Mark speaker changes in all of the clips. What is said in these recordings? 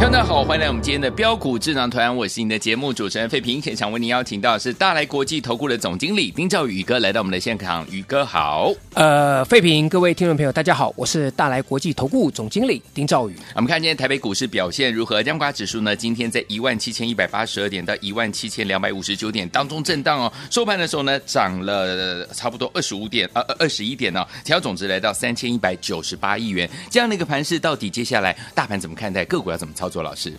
Speaker 1: 听众大家好，欢迎来我们今天的标股智囊团，我是您的节目主持人费平。现场为您邀请到的是大来国际投顾的总经理丁兆宇宇哥来到我们的现场，宇哥好。
Speaker 2: 呃，废品，各位听众朋友，大家好，我是大来国际投顾总经理丁兆宇。
Speaker 1: 我们看今天台北股市表现如何？加挂指数呢？今天在一万七千一百八十二点到一万七千两百五十九点当中震荡哦。收盘的时候呢，涨了呃差不多二十五点，呃二十一点哦。成交总值来到三千一百九十八亿元。这样的一个盘势，到底接下来大盘怎么看待？个股要怎么操作？老师，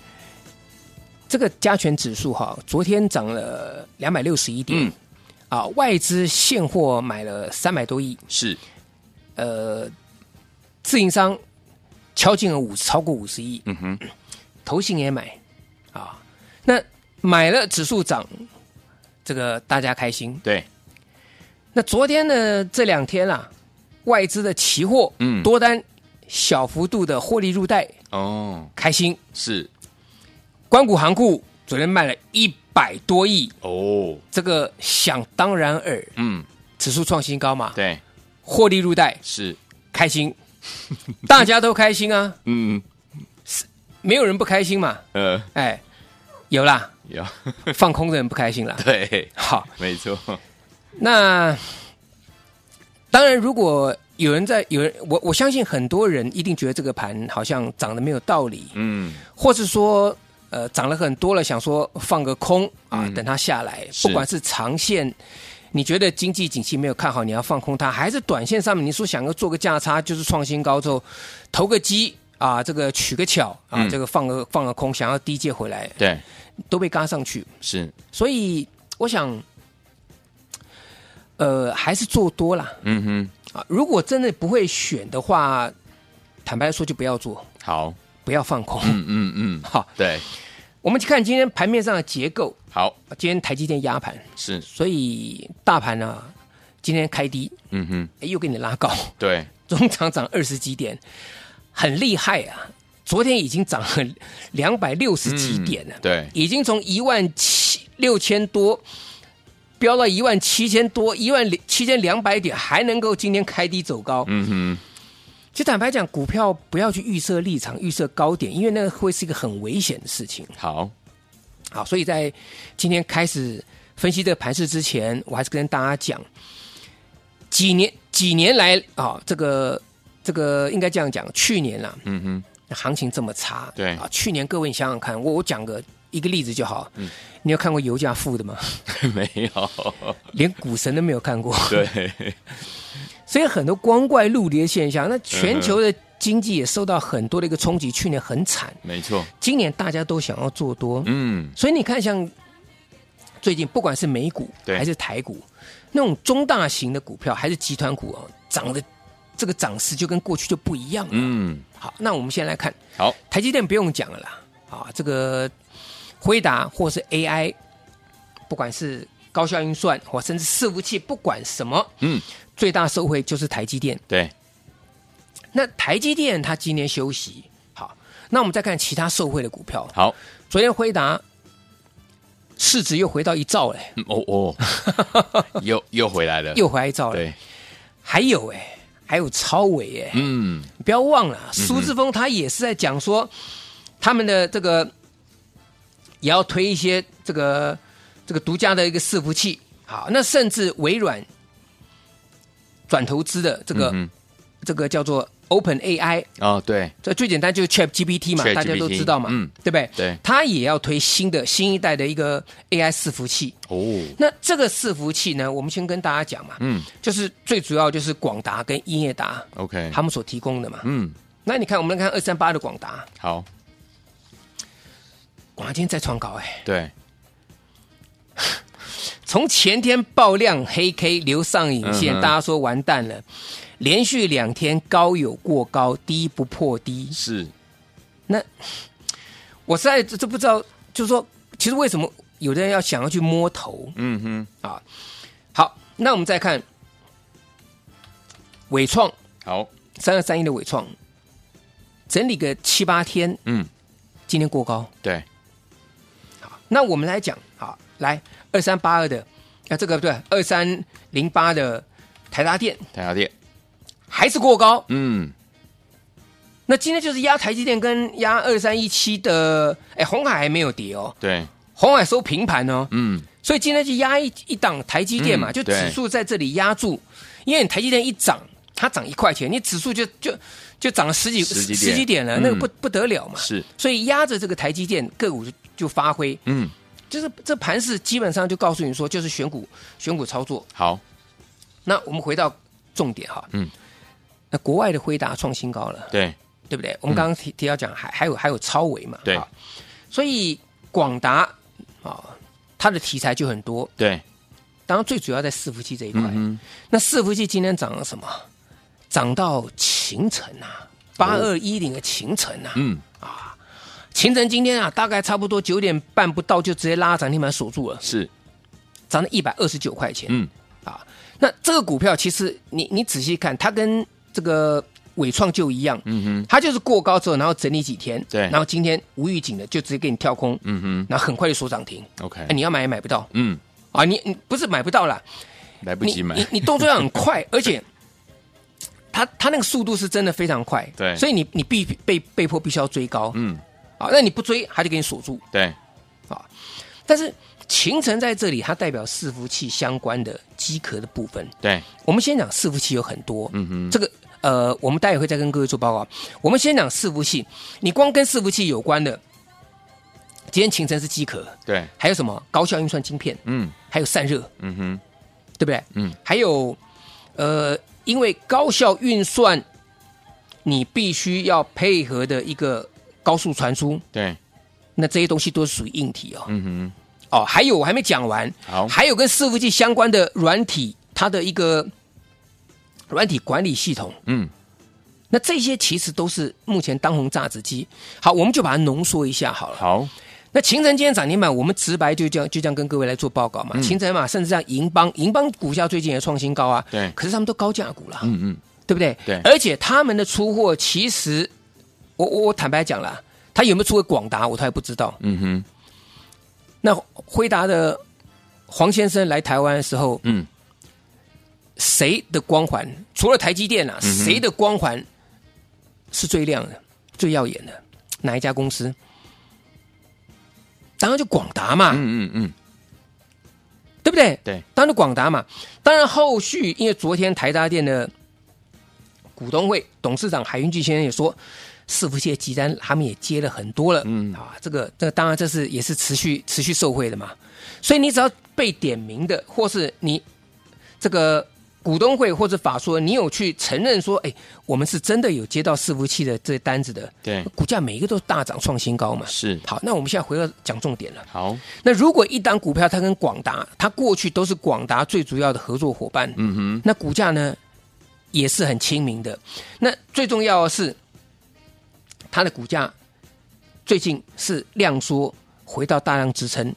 Speaker 2: 这个加权指数哈，昨天涨了两百六十一点、
Speaker 1: 嗯
Speaker 2: 啊，外资现货买了三百多亿，
Speaker 1: 是
Speaker 2: 呃，自营商敲进了五超过五十亿，
Speaker 1: 嗯哼，
Speaker 2: 投信也买啊，那买了指数涨，这个大家开心。
Speaker 1: 对，
Speaker 2: 那昨天呢，这两天啊，外资的期货
Speaker 1: 嗯
Speaker 2: 多单小幅度的获利入袋，
Speaker 1: 哦，
Speaker 2: 开心。
Speaker 1: 是
Speaker 2: 关谷行库昨天卖了一百多亿，
Speaker 1: 哦，
Speaker 2: 这个想当然尔，
Speaker 1: 嗯，
Speaker 2: 指数创新高嘛，
Speaker 1: 对，
Speaker 2: 获利入袋，
Speaker 1: 是，
Speaker 2: 开心，大家都开心啊，
Speaker 1: 嗯，
Speaker 2: 没有人不开心嘛，
Speaker 1: 呃，
Speaker 2: 哎，有啦，
Speaker 1: 有，
Speaker 2: 放空的人不开心啦。
Speaker 1: 对，
Speaker 2: 好，
Speaker 1: 没错，
Speaker 2: 那当然，如果有人在有人，我我相信很多人一定觉得这个盘好像涨得没有道理，
Speaker 1: 嗯，
Speaker 2: 或是说呃涨了很多了，想说放个空啊，
Speaker 1: 嗯
Speaker 2: 等它下来，
Speaker 1: 是
Speaker 2: 不管是长线。你觉得经济景气没有看好，你要放空它，还是短线上面你说想要做个价差，就是创新高之后投个机啊，这个取个巧啊，
Speaker 1: 嗯
Speaker 2: 这个放个放个空，想要低借回来
Speaker 1: 对，
Speaker 2: 都被嘎上去，
Speaker 1: 是，
Speaker 2: 所以我想，呃，还是做多啦
Speaker 1: 嗯哼，
Speaker 2: 啊。如果真的不会选的话，坦白说就不要做，
Speaker 1: 好，
Speaker 2: 不要放空。
Speaker 1: 嗯嗯嗯，
Speaker 2: 好，
Speaker 1: 对，
Speaker 2: 我们去看今天盘面上的结构，
Speaker 1: 好，
Speaker 2: 今天台积电压盘，
Speaker 1: 是，
Speaker 2: 所以大盘呢、今天开低，
Speaker 1: 嗯哼，
Speaker 2: 哎又给你拉高，
Speaker 1: 对，
Speaker 2: 中场涨二十几点，很厉害啊！昨天已经涨了两百六十几点了，
Speaker 1: 嗯对
Speaker 2: 已经从一万七六千多飙到一万七千多，一万七千两百点，还能够今天开低走高。
Speaker 1: 嗯哼，
Speaker 2: 其实坦白讲，股票不要去预设立场、预设高点，因为那会是一个很危险的事情。
Speaker 1: 好，
Speaker 2: 好，所以在今天开始分析这个盘势之前，我还是跟大家讲，几年几年来啊、这个这个应该这样讲，去年啦，
Speaker 1: 嗯哼，
Speaker 2: 行情这么差，
Speaker 1: 对
Speaker 2: 啊，去年各位你想想看，我我讲个一个例子就好，
Speaker 1: 嗯
Speaker 2: 你有看过油价负的吗？
Speaker 1: 没有，
Speaker 2: 连股神都没有看过，
Speaker 1: 对，
Speaker 2: 所以很多光怪陆离的现象，那
Speaker 1: 嗯
Speaker 2: 全球的经济也受到很多的一个冲击，去年很惨，
Speaker 1: 没错，
Speaker 2: 今年大家都想要做多，
Speaker 1: 嗯，
Speaker 2: 所以你看，像最近不管是美股
Speaker 1: 对
Speaker 2: 还是台股，那种中大型的股票还是集团股哦，涨的这个涨势就跟过去就不一样了。
Speaker 1: 嗯，
Speaker 2: 好，那我们先来看
Speaker 1: 好，
Speaker 2: 台积电，不用讲了啦，啊，这个辉达或是 AI，不管是高效运算或甚至伺服器，不管什么，
Speaker 1: 嗯，
Speaker 2: 最大受惠就是台积电。
Speaker 1: 对，
Speaker 2: 那台积电它今年休息，好，那我们再看其他受惠的股票，
Speaker 1: 好，
Speaker 2: 昨天辉达市值又回到一兆嘞，
Speaker 1: 嗯哦哦， 又又回来了，
Speaker 2: 又回来一兆了。
Speaker 1: 对，
Speaker 2: 还有哎，还有超伟哎，
Speaker 1: 嗯，
Speaker 2: 你不要忘了，啊苏志峰他也是在讲说，他们的这个也要推一些这个这个独家的一个伺服器。好，那甚至微软转投资的这个、
Speaker 1: 嗯
Speaker 2: 这个叫做 Open AI，
Speaker 1: 哦，对，
Speaker 2: 这最简单就是 Chat GPT 嘛
Speaker 1: ChatGPT
Speaker 2: 大家都知道嘛，
Speaker 1: 嗯
Speaker 2: 对不对？
Speaker 1: 对
Speaker 2: 它也要推新的新一代的一个 AI 伺服器。
Speaker 1: 哦，
Speaker 2: 那这个伺服器呢，我们先跟大家讲嘛，
Speaker 1: 嗯
Speaker 2: 就是最主要就是广达跟英业达
Speaker 1: ，OK，
Speaker 2: 他，们所提供的嘛。
Speaker 1: 哎嗯，
Speaker 2: 那你看，我们来看二三八的广达，
Speaker 1: 好，
Speaker 2: 广达今天再创高哎，
Speaker 1: 对，
Speaker 2: 从前天爆量黑 K 留上影线，
Speaker 1: 嗯哼
Speaker 2: 大家说完蛋了，连续两天高有过高，低不破低，
Speaker 1: 是，
Speaker 2: 那我实在这这不知道，就是说，其实为什么有的人要想要去摸头
Speaker 1: 嗯哼，
Speaker 2: 啊？好，那我们再看伟创
Speaker 1: 好，
Speaker 2: 三二三一的伟创，整理个七八天，
Speaker 1: 嗯，
Speaker 2: 今天过高。
Speaker 1: 对，
Speaker 2: 那我们来讲，好，来二三八二的，啊，这个不对，二三零八的台达电
Speaker 1: 台达电，
Speaker 2: 还是过高。
Speaker 1: 嗯，
Speaker 2: 那今天就是压台积电跟压二三一七的，哎，红海还没有跌哦，
Speaker 1: 对，
Speaker 2: 红海收平盘哦。
Speaker 1: 嗯，
Speaker 2: 所以今天就压一一档台积电嘛，
Speaker 1: 嗯
Speaker 2: 就
Speaker 1: 对
Speaker 2: 指数在这里压住，因为你台积电一涨，它涨一块钱，你指数就就就涨了十几
Speaker 1: 十几点
Speaker 2: 十几点了，
Speaker 1: 嗯
Speaker 2: 那个不不得了嘛。
Speaker 1: 是，
Speaker 2: 所以压着这个台积电个股就就发挥，
Speaker 1: 嗯，
Speaker 2: 就是这盘势基本上就告诉你说，就是选股选股操作。
Speaker 1: 好，
Speaker 2: 那我们回到重点哈，
Speaker 1: 嗯，
Speaker 2: 那国外的辉达创新高了，
Speaker 1: 对，
Speaker 2: 对不对？我们刚刚提提到讲还还有还有超维嘛，
Speaker 1: 嗯对
Speaker 2: 啊，所以广达啊，它的题材就很多，
Speaker 1: 对，
Speaker 2: 当然最主要在伺服器这一块。
Speaker 1: 嗯
Speaker 2: 那伺服器今天涨了什么？涨到秦城啊，八二一零的秦城啊，
Speaker 1: 嗯，
Speaker 2: 秦城今天啊，大概差不多九点半不到就直接拉涨停板锁住了，
Speaker 1: 是，
Speaker 2: 涨到一百二十九块钱。
Speaker 1: 嗯，
Speaker 2: 啊，那这个股票其实你你仔细看，它跟这个伟创就一样，
Speaker 1: 嗯哼，
Speaker 2: 它就是过高之后，然后整理几天，
Speaker 1: 对
Speaker 2: 然后今天无预警的就直接给你跳空，
Speaker 1: 嗯
Speaker 2: 然后很快就锁涨停，
Speaker 1: 哼，OK，
Speaker 2: 哎，你要买也买不到
Speaker 1: 嗯，
Speaker 2: 啊，你你不是买不到啦，
Speaker 1: 来不
Speaker 2: 你
Speaker 1: 及买
Speaker 2: 你，你动作要很快， 而且他他那个速度是真的非常快，
Speaker 1: 对
Speaker 2: 所以你你必被被迫必须要追高，
Speaker 1: 嗯，
Speaker 2: 啊，那你不追他就给你锁住，
Speaker 1: 对，
Speaker 2: 但是秦城在这里，它代表伺服器相关的机壳的部分。
Speaker 1: 对，
Speaker 2: 我们先讲伺服器有很多，
Speaker 1: 嗯哼，
Speaker 2: 这个呃，我们待会会再跟各位做报告。我们先讲伺服器，你光跟伺服器有关的，今天秦城是机壳，
Speaker 1: 对，
Speaker 2: 还有什么高效运算晶片，
Speaker 1: 嗯，
Speaker 2: 还有散热，
Speaker 1: 嗯哼，
Speaker 2: 对不对？
Speaker 1: 嗯，
Speaker 2: 还有呃，因为高效运算，你必须要配合的一个高速传输，
Speaker 1: 对，
Speaker 2: 那这些东西都是属于硬体哦。
Speaker 1: 嗯
Speaker 2: 哦，还有我还没讲完，
Speaker 1: 哼，好，
Speaker 2: 还有跟伺服器相关的软体，它的一个软体管理系统，
Speaker 1: 嗯，
Speaker 2: 那这些其实都是目前当红炸子鸡。好，我们就把它浓缩一下好了。
Speaker 1: 好，
Speaker 2: 那秦晨今天涨停板，我们直白就这样就这样跟各位来做报告
Speaker 1: 嗯
Speaker 2: 嘛。秦晨嘛，甚至像银邦，银邦股价最近也创新高啊。
Speaker 1: 对
Speaker 2: 可是他们都高价股了，
Speaker 1: 嗯嗯，
Speaker 2: 对不对？
Speaker 1: 对
Speaker 2: 而且他们的出货，其实我我我坦白讲了，他有没有出给广达，我都还不知道。
Speaker 1: 嗯哼，
Speaker 2: 那辉达的黄先生来台湾的时候，
Speaker 1: 嗯，
Speaker 2: 谁的光环除了台积电啊，谁的光环是最亮的、最耀眼的？哪一家公司？当然就广达嘛，
Speaker 1: 嗯嗯嗯，
Speaker 2: 对不对？
Speaker 1: 对，
Speaker 2: 当然就广达嘛。当然后续，因为昨天台达电的股东会董事长海云聚先生也说，伺服器的集单他们也接了很多了，嗯啊，这个这个当然这是也是持续持续受惠的嘛。所以你只要被点名的，或是你这个股东会或者法说，你有去承认说，哎，我们是真的有接到伺服器的这单子的，
Speaker 1: 对，
Speaker 2: 股价每一个都大涨创新高嘛。
Speaker 1: 是，
Speaker 2: 好，那我们现在回到讲重点了。
Speaker 1: 好，
Speaker 2: 那如果一档股票它跟广达，它过去都是广达最主要的合作伙伴，
Speaker 1: 嗯哼，
Speaker 2: 那股价呢也是很亲民的。那最重要的是，它的股价最近是量缩，回到大量支撑。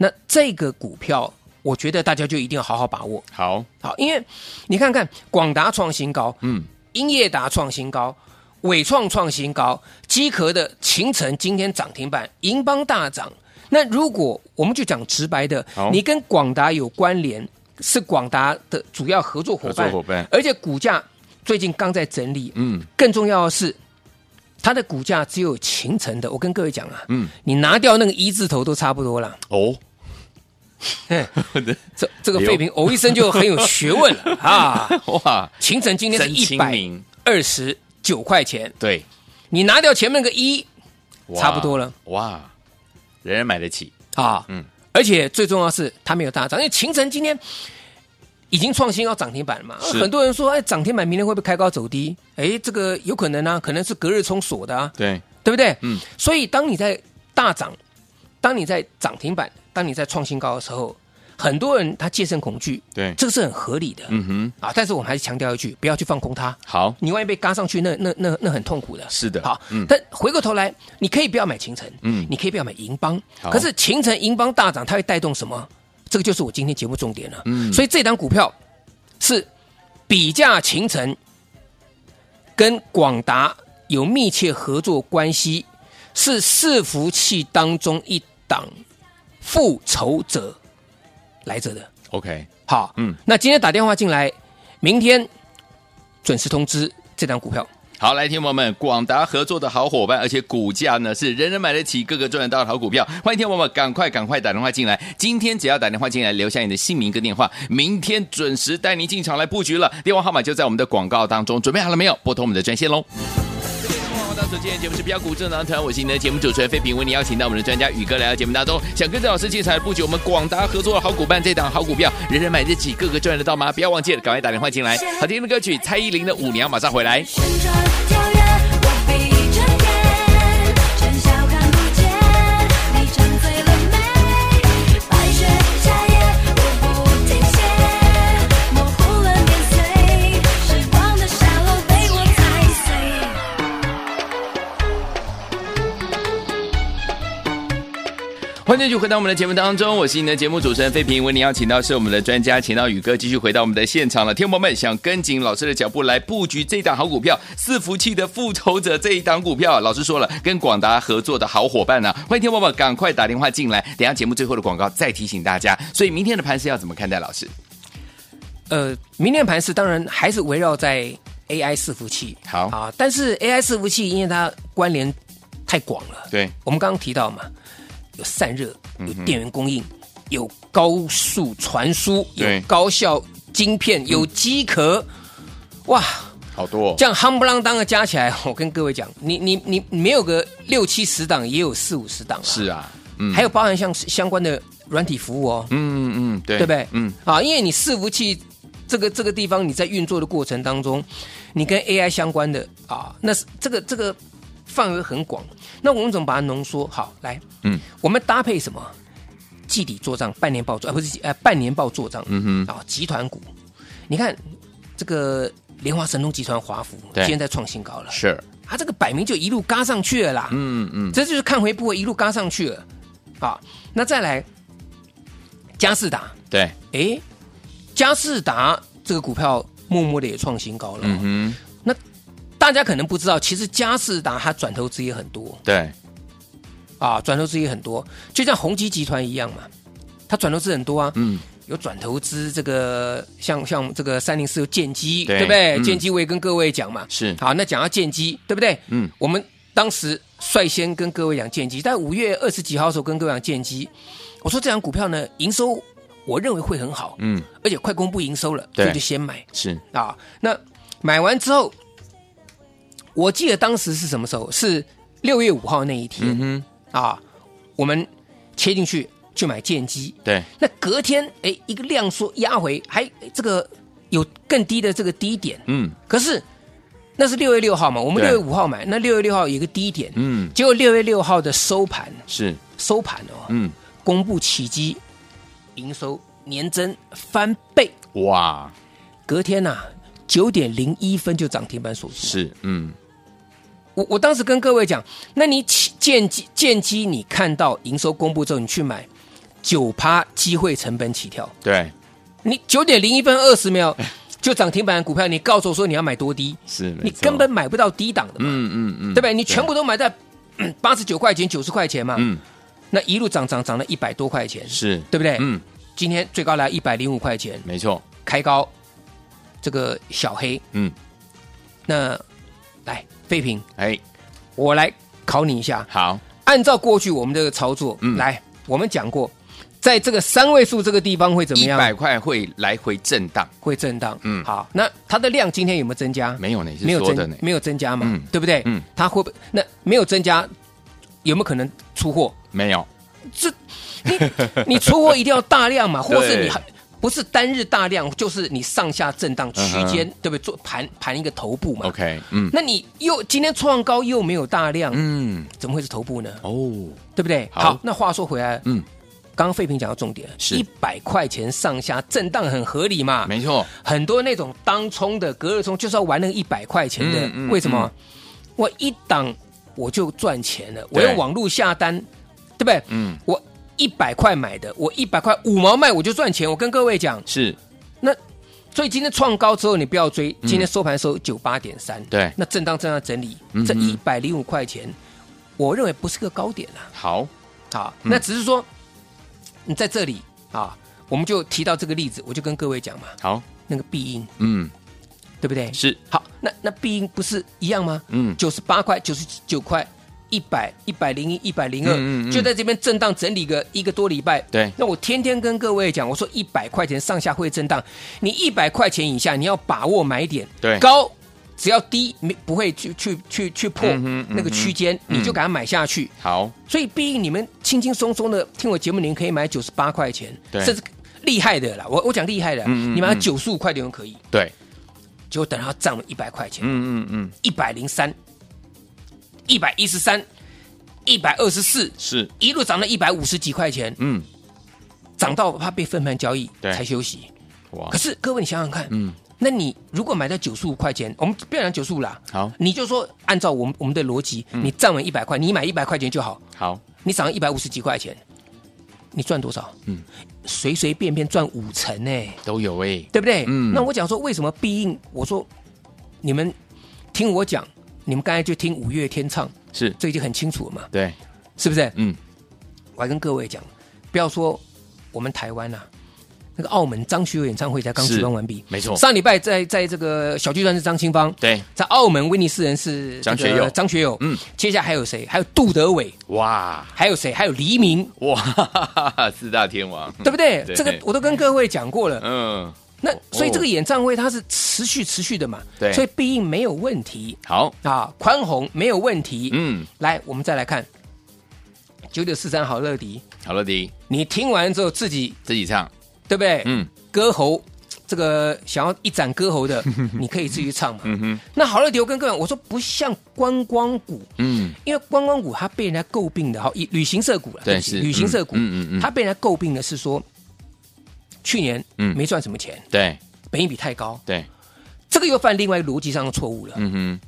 Speaker 2: 那这个股票，我觉得大家就一定要好好把握。
Speaker 1: 好，
Speaker 2: 好，因为你看看广达创新高，
Speaker 1: 嗯，
Speaker 2: 英业达创新高，伟创创新高，机壳的秦城今天涨停板，银邦大涨。那如果我们就讲直白的
Speaker 1: 好，
Speaker 2: 你跟广达有关联，是广达的主要合作伙
Speaker 1: 合
Speaker 2: 伴，
Speaker 1: 作伙伴，
Speaker 2: 而且股价最近刚在整理。
Speaker 1: 嗯
Speaker 2: 更重要的是，它的股价只有秦城的。我跟各位讲啊，
Speaker 1: 嗯，
Speaker 2: 你拿掉那个一字头都差不多了。
Speaker 1: 哦，
Speaker 2: 这这
Speaker 1: 哎
Speaker 2: 个废品哦一声就很有学问了 啊！
Speaker 1: 哇，
Speaker 2: 秦城今天是
Speaker 1: 真
Speaker 2: 一
Speaker 1: 亲
Speaker 2: 百
Speaker 1: 民，
Speaker 2: 二十九块钱，
Speaker 1: 对，
Speaker 2: 你拿掉前面那个一
Speaker 1: 哇
Speaker 2: 差不多了，
Speaker 1: 哇，人人买得起，
Speaker 2: 啊，
Speaker 1: 嗯，
Speaker 2: 而且最重要的是它没有大涨，因为秦城今天已经创新高涨停板了嘛，
Speaker 1: 是
Speaker 2: 很多人说哎涨停板明天会不会开高走低？哎，这个有可能啊，可能是隔日冲锁的啊，
Speaker 1: 对，
Speaker 2: 对不对？
Speaker 1: 嗯，
Speaker 2: 所以当你在大涨，当你在涨停板，当你在创新高的时候，很多人他戒慎恐惧，
Speaker 1: 对
Speaker 2: 这个是很合理的，
Speaker 1: 嗯哼，
Speaker 2: 啊，但是我们还是强调一句，不要去放空它，
Speaker 1: 好，
Speaker 2: 你万一被嘎上去，那那那那很痛苦的。
Speaker 1: 是的
Speaker 2: 好，
Speaker 1: 嗯
Speaker 2: 但回过头来，你可以不要买秦城，
Speaker 1: 嗯
Speaker 2: 你可以不要买银邦，
Speaker 1: 好
Speaker 2: 可是秦城、银邦大涨，它会带动什么？这个就是我今天节目重点了。
Speaker 1: 嗯
Speaker 2: 所以这档股票是比价秦城跟广达有密切合作关系，是伺服器当中一档复仇者来着的。
Speaker 1: ，OK，
Speaker 2: 好，
Speaker 1: 嗯
Speaker 2: 嗯，那今天打电话进来，明天准时通知这档股票。
Speaker 1: 好，来，听众朋友们，广达合作的好伙伴，而且股价呢是人人买得起，个个赚得到的好股票。欢迎听众朋友们赶快赶快打电话进来，今天只要打电话进来，留下你的姓名跟电话，明天准时带您进场来布局了。电话号码就在我们的广告当中，准备好了没有？拨通我们的专线喽。欢迎到今天的节目是标股智囊团，我是您的节目主持人费平，为您邀请到我们的专家宇哥来到节目当中。想跟着老师进场布局我们广达合作的好股伴，这档好股票，人人买得起，个个赚得到吗？不要忘记了，赶快打电话进来。好听的歌曲，蔡依林的《舞娘》，马上回来。
Speaker 3: 旋转跳跃，我闭着眼，趁小看不见，你唱醉了没？白雪夏夜，我不停歇，模糊了年岁，时光的沙漏被我踩碎。
Speaker 1: 欢迎继续回到我们的节目当中，我是你的节目主持人费平，为您邀请到是我们的专家钱道宇哥，继续回到我们的现场了。天友们想跟紧老师的脚步来布局这档好股票，伺服器的复仇者这一档股票，老师说了，跟广达合作的好伙伴呢、欢迎天友们赶快打电话进来，等一下节目最后的广告再提醒大家。所以明天的盘是要怎么看待？老师，
Speaker 2: 呃，明天盘市当然还是围绕在 AI 伺服器，
Speaker 1: 好
Speaker 2: 啊，但是 AI 伺服器因为它关联太广了，
Speaker 1: 对，
Speaker 2: 我们刚刚提到嘛，有散热，
Speaker 1: 嗯
Speaker 2: 有电源供应，有高速传输，有
Speaker 1: 对嗯
Speaker 2: 高效晶片，有机壳，哇，
Speaker 1: 好多、
Speaker 2: 这样夯不啷当的加起来，我跟各位讲，你你你你没有个六七十档，也有四五十档、啊，
Speaker 1: 是啊，嗯
Speaker 2: 还有包含像相关的软体服务哦，
Speaker 1: 嗯嗯嗯，对，
Speaker 2: 对不对？
Speaker 1: 嗯，
Speaker 2: 啊，因为你伺服器这个这个地方你在运作的过程当中，你跟 AI 相关的啊，那是这个这个范围很广。那我们怎么把它浓缩？好，来，
Speaker 1: 嗯，
Speaker 2: 我们搭配什么？季底做账、半年报做，呃，不是季呃，半年报做账，
Speaker 1: 嗯
Speaker 2: 啊，集团股，你看这个莲花神通集团华孚
Speaker 1: 对
Speaker 2: 今天在创新高了，
Speaker 1: 是，
Speaker 2: 它这个摆明就一路嘎上去了啦，
Speaker 1: 嗯嗯，
Speaker 2: 这就是看回不会一路嘎上去了啊。那再来嘉士达，
Speaker 1: 对，
Speaker 2: 诶，嘉士达这个股票默默的也创新高了。
Speaker 1: 嗯哼，
Speaker 2: 大家可能不知道，其实嘉士达它转投资也很多
Speaker 1: 对，
Speaker 2: 啊，转投资也很多，就像宏基集团一样嘛，它转投资很多啊。
Speaker 1: 嗯，
Speaker 2: 有转投资这个，像像这个三零四有建机，
Speaker 1: 对
Speaker 2: 对不对？
Speaker 1: 嗯
Speaker 2: 建机我也跟各位讲嘛，
Speaker 1: 是
Speaker 2: 好，那讲到建机，对不对？
Speaker 1: 嗯，
Speaker 2: 我们当时率先跟各位讲建机，在五月二十几号的时候跟各位讲建机，我说这档股票呢，营收我认为会很好，
Speaker 1: 嗯，
Speaker 2: 而且快公布营收了，
Speaker 1: 对
Speaker 2: 所以就先买
Speaker 1: 是，
Speaker 2: 啊。那买完之后，我记得当时是什么时候？是六月五号那一天、
Speaker 1: 嗯哼，
Speaker 2: 啊，我们切进去去买建机，
Speaker 1: 对，
Speaker 2: 那隔天哎一个量缩压回，还诶这个有更低的这个低点，
Speaker 1: 嗯
Speaker 2: 可是那是六月六号嘛，我们
Speaker 1: 对
Speaker 2: 六月五号买，那六月六号有一个低点，
Speaker 1: 嗯，
Speaker 2: 结果六月六号的收盘
Speaker 1: 是，
Speaker 2: 收盘哦，
Speaker 1: 嗯，
Speaker 2: 公布奇迹，营收年增翻倍，
Speaker 1: 哇，
Speaker 2: 隔天呐、九点零一分就涨停板锁住。
Speaker 1: 是，嗯。
Speaker 2: 我我当时跟各位讲，那你起建机建机，你看到营收公布之后，你去买九趴机会成本起跳，
Speaker 1: 对，
Speaker 2: 你九点零一分二十秒就涨停板的股票，你告诉我说你要买多低，
Speaker 1: 是，哎没
Speaker 2: 你
Speaker 1: 错
Speaker 2: 根本买不到低档的嘛，
Speaker 1: 嗯嗯嗯，
Speaker 2: 对不对？你全部都买在八十九块钱、九十块钱嘛，
Speaker 1: 嗯
Speaker 2: 那一路涨涨涨了一百多块钱，
Speaker 1: 是，
Speaker 2: 对不对？
Speaker 1: 嗯，
Speaker 2: 今天最高来一百零五块钱，
Speaker 1: 没错，
Speaker 2: 开高，这个小黑，
Speaker 1: 嗯，
Speaker 2: 那来废品，
Speaker 1: 哎，
Speaker 2: 我来考你一下，
Speaker 1: 好，
Speaker 2: 按照过去我们这个操作，
Speaker 1: 嗯
Speaker 2: 来，我们讲过，在这个三位数这个地方会怎么
Speaker 1: 一
Speaker 2: 样？
Speaker 1: 百块会来回震荡，
Speaker 2: 会震荡。
Speaker 1: 嗯
Speaker 2: 好，那它的量今天有没有增加？
Speaker 1: 没有呢，是
Speaker 2: 没有
Speaker 1: 说的呢
Speaker 2: 增，，没有增加嘛，
Speaker 1: 嗯
Speaker 2: 对不对？
Speaker 1: 嗯
Speaker 2: 它会不那没有增加，有没有可能出货？
Speaker 1: 没有，
Speaker 2: 这你你出货一定要大量 嘛，或是
Speaker 1: 对
Speaker 2: 你还不是单日大量，就是你上下震荡区间，
Speaker 1: 嗯
Speaker 2: 对不对？做盘盘一个头部嘛。
Speaker 1: ，OK，嗯
Speaker 2: 那你又今天创高又没有大量，
Speaker 1: 嗯，
Speaker 2: 怎么会是头部呢？
Speaker 1: 哦，
Speaker 2: 对不对？
Speaker 1: 好
Speaker 2: 那话说回来，
Speaker 1: 嗯，
Speaker 2: 刚刚费平讲到重点，
Speaker 1: 是
Speaker 2: 一百块钱上下震荡很合理嘛？
Speaker 1: 没错，
Speaker 2: 很多那种当冲的、隔日冲，就是要玩那个一百块钱的。
Speaker 1: 嗯嗯
Speaker 2: 为什么？我一档我就赚钱了，我用网络下单，对不对？
Speaker 1: 嗯，
Speaker 2: 我一百块买的，我一百块五毛卖我就赚钱。我跟各位讲，
Speaker 1: 是
Speaker 2: 那所以今天创高之后你不要追，今天收盘收九八点三，
Speaker 1: 嗯对
Speaker 2: 那震荡震荡整理
Speaker 1: 嗯，
Speaker 2: 这一
Speaker 1: 哼
Speaker 2: 百零五块钱，我认为不是个高点啊。
Speaker 1: 好，
Speaker 2: 好，
Speaker 1: 嗯
Speaker 2: 那只是说你在这里啊，我们就提到这个例子，我就跟各位讲嘛，
Speaker 1: 好，
Speaker 2: 那个必应
Speaker 1: 嗯，
Speaker 2: 对不对？
Speaker 1: 是
Speaker 2: 好，那那必应不是一样吗？
Speaker 1: 嗯
Speaker 2: 九十八块、九十九块、一百、一百零一、一百零
Speaker 1: 嗯嗯
Speaker 2: 二，
Speaker 1: 嗯
Speaker 2: 就在这边震荡整理个一个多礼拜。
Speaker 1: 对
Speaker 2: 那我天天跟各位讲，我说一百块钱上下会震荡，你一百块钱以下你要把握买点，
Speaker 1: 对
Speaker 2: 高。只要低没不会去去去去破
Speaker 1: 嗯哼嗯哼
Speaker 2: 那个区间，你就给它买下去。
Speaker 1: 好，
Speaker 2: 所以毕竟你们轻轻松松的听我节目，您可以买九十八块钱，
Speaker 1: 对
Speaker 2: 甚至厉害的啦。我我讲厉害的，
Speaker 1: 嗯嗯
Speaker 2: 你买
Speaker 1: 嗯
Speaker 2: 九十五块钱可以，
Speaker 1: 对，
Speaker 2: 结果等它涨了一百块钱，
Speaker 1: 嗯嗯嗯，
Speaker 2: 一百零三、一百一十三、一百二十四，
Speaker 1: 是，
Speaker 2: 一路涨到一百五十几块钱，
Speaker 1: 嗯，
Speaker 2: 涨到它被分盘交易
Speaker 1: 对
Speaker 2: 才休息。
Speaker 1: 哇
Speaker 2: 可，是各位，你想想看，
Speaker 1: 嗯，
Speaker 2: 那你如果买到九十五块钱，我们不要讲九十五啦，
Speaker 1: 好
Speaker 2: 你就说按照我们我们的逻辑，
Speaker 1: 嗯
Speaker 2: 你站稳一百块，你买一百块钱就好，
Speaker 1: 好，
Speaker 2: 你涨一百五十几块钱，你赚多少？
Speaker 1: 嗯，
Speaker 2: 随随便便赚五成呢、
Speaker 1: 都有哎，
Speaker 2: 对不对？
Speaker 1: 嗯
Speaker 2: 那我讲说为什么必应？我说你们听我讲，你们刚才就听五月天唱，
Speaker 1: 是，
Speaker 2: 这已经很清楚了嘛，
Speaker 1: 对，
Speaker 2: 是不是？
Speaker 1: 嗯，
Speaker 2: 我还跟各位讲，不要说我们台湾呐、啊。那个澳门张学友演唱会才刚
Speaker 1: 是
Speaker 2: 举办完毕，
Speaker 1: 没错
Speaker 2: 上礼拜在在这个小巨蛋是张清芳，
Speaker 1: 对，
Speaker 2: 在澳门威尼斯人是这个
Speaker 1: 张学友
Speaker 2: 张学友，
Speaker 1: 嗯，
Speaker 2: 接下来还有谁？还有杜德伟，
Speaker 1: 哇
Speaker 2: 还有谁？还有黎明，
Speaker 1: 哇， 四大天王，
Speaker 2: 对不对？
Speaker 1: 嗯对
Speaker 2: 这个我都跟各位讲过了。
Speaker 1: 嗯，
Speaker 2: 那所以这个演唱会它是持续持续的嘛，
Speaker 1: 对
Speaker 2: 所以必应没有问题
Speaker 1: 好，
Speaker 2: 啊，宽宏没有问题。
Speaker 1: 嗯，
Speaker 2: 来，我们再来看九九四三好乐迪，
Speaker 1: 好了，迪
Speaker 2: 你听完之后自己
Speaker 1: 自己唱，
Speaker 2: 对不对？
Speaker 1: 嗯，
Speaker 2: 歌喉这个想要一展歌喉 的，你可以自己唱嘛。
Speaker 1: 嗯哼，
Speaker 2: 那好乐迪，我跟各位讲我说不像观光股，
Speaker 1: 嗯，
Speaker 2: 因为观光股它被人家诟病的哈，旅旅行社股了，
Speaker 1: 对
Speaker 2: 不起
Speaker 1: 是
Speaker 2: 旅行社股，
Speaker 1: 嗯嗯嗯嗯
Speaker 2: 它被人家诟病的是说去年
Speaker 1: 嗯
Speaker 2: 没赚什么钱，
Speaker 1: 对
Speaker 2: 本益比太高，
Speaker 1: 对，
Speaker 2: 这个又犯另外一个逻辑上的错误了，
Speaker 1: 嗯哼，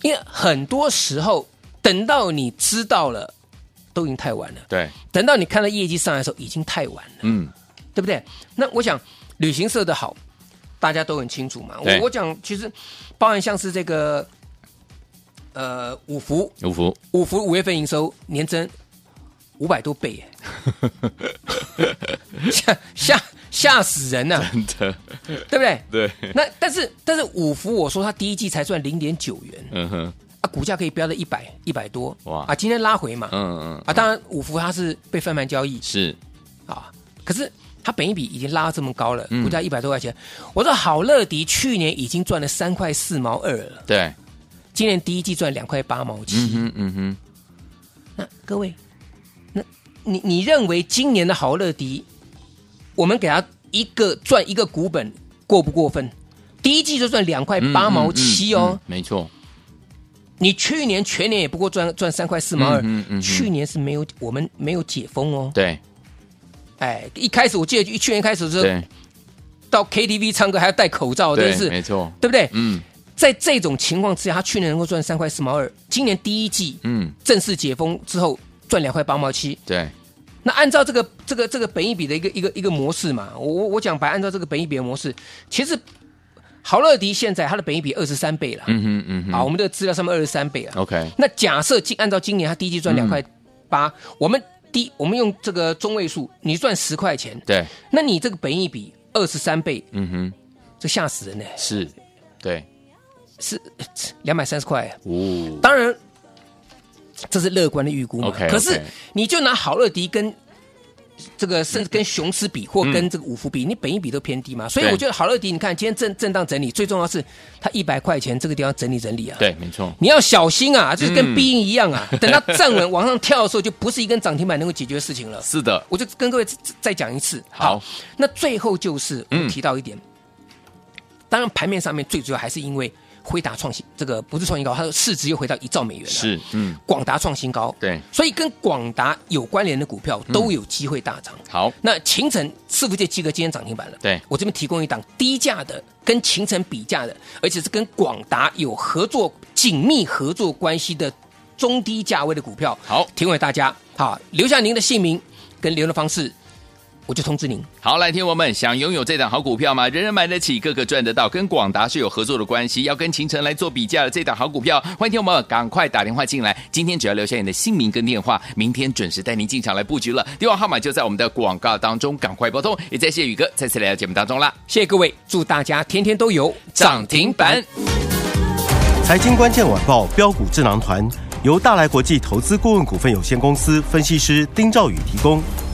Speaker 2: 因为很多时候等到你知道了，都已经太晚了，
Speaker 1: 对，
Speaker 2: 等到你看到业绩上来的时候已经太晚了，
Speaker 1: 嗯，
Speaker 2: 对不对？那我想旅行社的好，大家都很清楚嘛，
Speaker 1: 对
Speaker 2: 我我讲其实包含像是这个呃五福。
Speaker 1: 五福，
Speaker 2: 五福五月份营收年增五百多倍耶， 吓吓吓死人呐、啊
Speaker 1: 真的，
Speaker 2: 对不对？
Speaker 1: 对，
Speaker 2: 那但是但是五福我说它第一季才赚零点九元
Speaker 1: 嗯哼，
Speaker 2: 啊，股价可以飙到一百一百多
Speaker 1: 哇
Speaker 2: 哇啊，今天拉回嘛、
Speaker 1: 嗯嗯，
Speaker 2: 啊，当然五福它是被贩卖交易
Speaker 1: 是，
Speaker 2: 啊，可是。它本一比已经拉到这么高了，
Speaker 1: 嗯
Speaker 2: 股价一百多块钱。我说好乐迪去年已经赚了三块四毛二了，
Speaker 1: 对，
Speaker 2: 今年第一季赚两块八毛七。
Speaker 1: 嗯哼嗯哼，
Speaker 2: 那各位，那你你认为今年的豪乐迪，我们给他一个赚一个股本，过不过分？第一季就赚两块
Speaker 1: 嗯
Speaker 2: 八毛七哦，，
Speaker 1: 嗯嗯嗯没错，
Speaker 2: 你去年全年也不过赚赚三块四毛二、
Speaker 1: 嗯嗯嗯嗯
Speaker 2: 去年是没有我们没有解封哦，
Speaker 1: 对
Speaker 2: 哎，一开始我记得去年开始的时候
Speaker 1: 对
Speaker 2: 到 KTV 唱歌还要戴口罩，真
Speaker 1: 对
Speaker 2: 的，是
Speaker 1: 没错，
Speaker 2: 对不对？
Speaker 1: 嗯
Speaker 2: 在这种情况之下，他去年能够赚三块四毛二，今年第一季
Speaker 1: 嗯，
Speaker 2: 正式解封之后赚两块八毛七，
Speaker 1: 对，
Speaker 2: 那按照这个这个这个本益比的一个一个一个模式嘛，我我我讲白，按照这个本益比的模式，其实豪乐迪现在它的本益比二十三倍了，
Speaker 1: 嗯哼嗯哼，哦
Speaker 2: 啊，我们的资料上面二十三倍了。
Speaker 1: ，OK，
Speaker 2: 那假设今按照今年它第一季赚
Speaker 1: 嗯
Speaker 2: 两块八，我们第我们用这个中位数，你赚十块钱，
Speaker 1: 对，
Speaker 2: 那你这个本益比二十三倍，
Speaker 1: 嗯哼，
Speaker 2: 这吓死人呢、
Speaker 1: 是，对，
Speaker 2: 是两百三十块。啊
Speaker 1: 哦，
Speaker 2: 当然，这是乐观的预估嘛。
Speaker 1: OK，OK
Speaker 2: 可是你就拿好乐迪跟这个甚至跟雄狮比，或跟这个五福比，你本一比都偏低嘛。所以
Speaker 1: 对
Speaker 2: 我觉得好乐迪，你看今天震震荡整理，最重要是它一百块钱这个地方整理整理啊。。
Speaker 1: 对，没错，
Speaker 2: 你要小心啊，就是
Speaker 1: 嗯
Speaker 2: 跟必应一 样啊，等它站稳往上跳的时候，就不是一根涨停板能够解决的事情了。
Speaker 1: 是的，
Speaker 2: 我就跟各位再再讲一次。
Speaker 1: 好
Speaker 2: 那最后就是我
Speaker 1: 嗯
Speaker 2: 提到一点，当然盘面上面最主要还是因为辉达创新，这个不是创新高，它的市值又回到一兆美元了。
Speaker 1: 是，嗯，
Speaker 2: 广达创新高，
Speaker 1: 对
Speaker 2: 所以跟广达有关联的股票都有机会大涨。
Speaker 1: 好，
Speaker 2: 那秦城伺服界机哥今天涨停板了，
Speaker 1: 对
Speaker 2: 我这边提供一档低价的，跟秦城比价的，而且是跟广达有合作紧密合作关系的中低价位的股票，
Speaker 1: 好
Speaker 2: 提供给大家，好，留下您的姓名跟联络方式，我就通知您。
Speaker 1: 好，来，听我们想拥有这档好股票吗？人人买得起，个个赚得到，跟广达是有合作的关系，要跟秦城来做比价的这档好股票，欢迎听我们赶快打电话进来，今天只要留下你的姓名跟电话，明天准时带您进场来布局了。电话号码就在我们的广告当中，赶快拨通。也谢谢宇哥再次来到节目当中啦，
Speaker 2: 谢谢各位，祝大家天天都有
Speaker 1: 涨停板。
Speaker 4: 财经关键晚报标股智囊团由大来国际投资顾问股份有限公司分析师丁兆宇提供。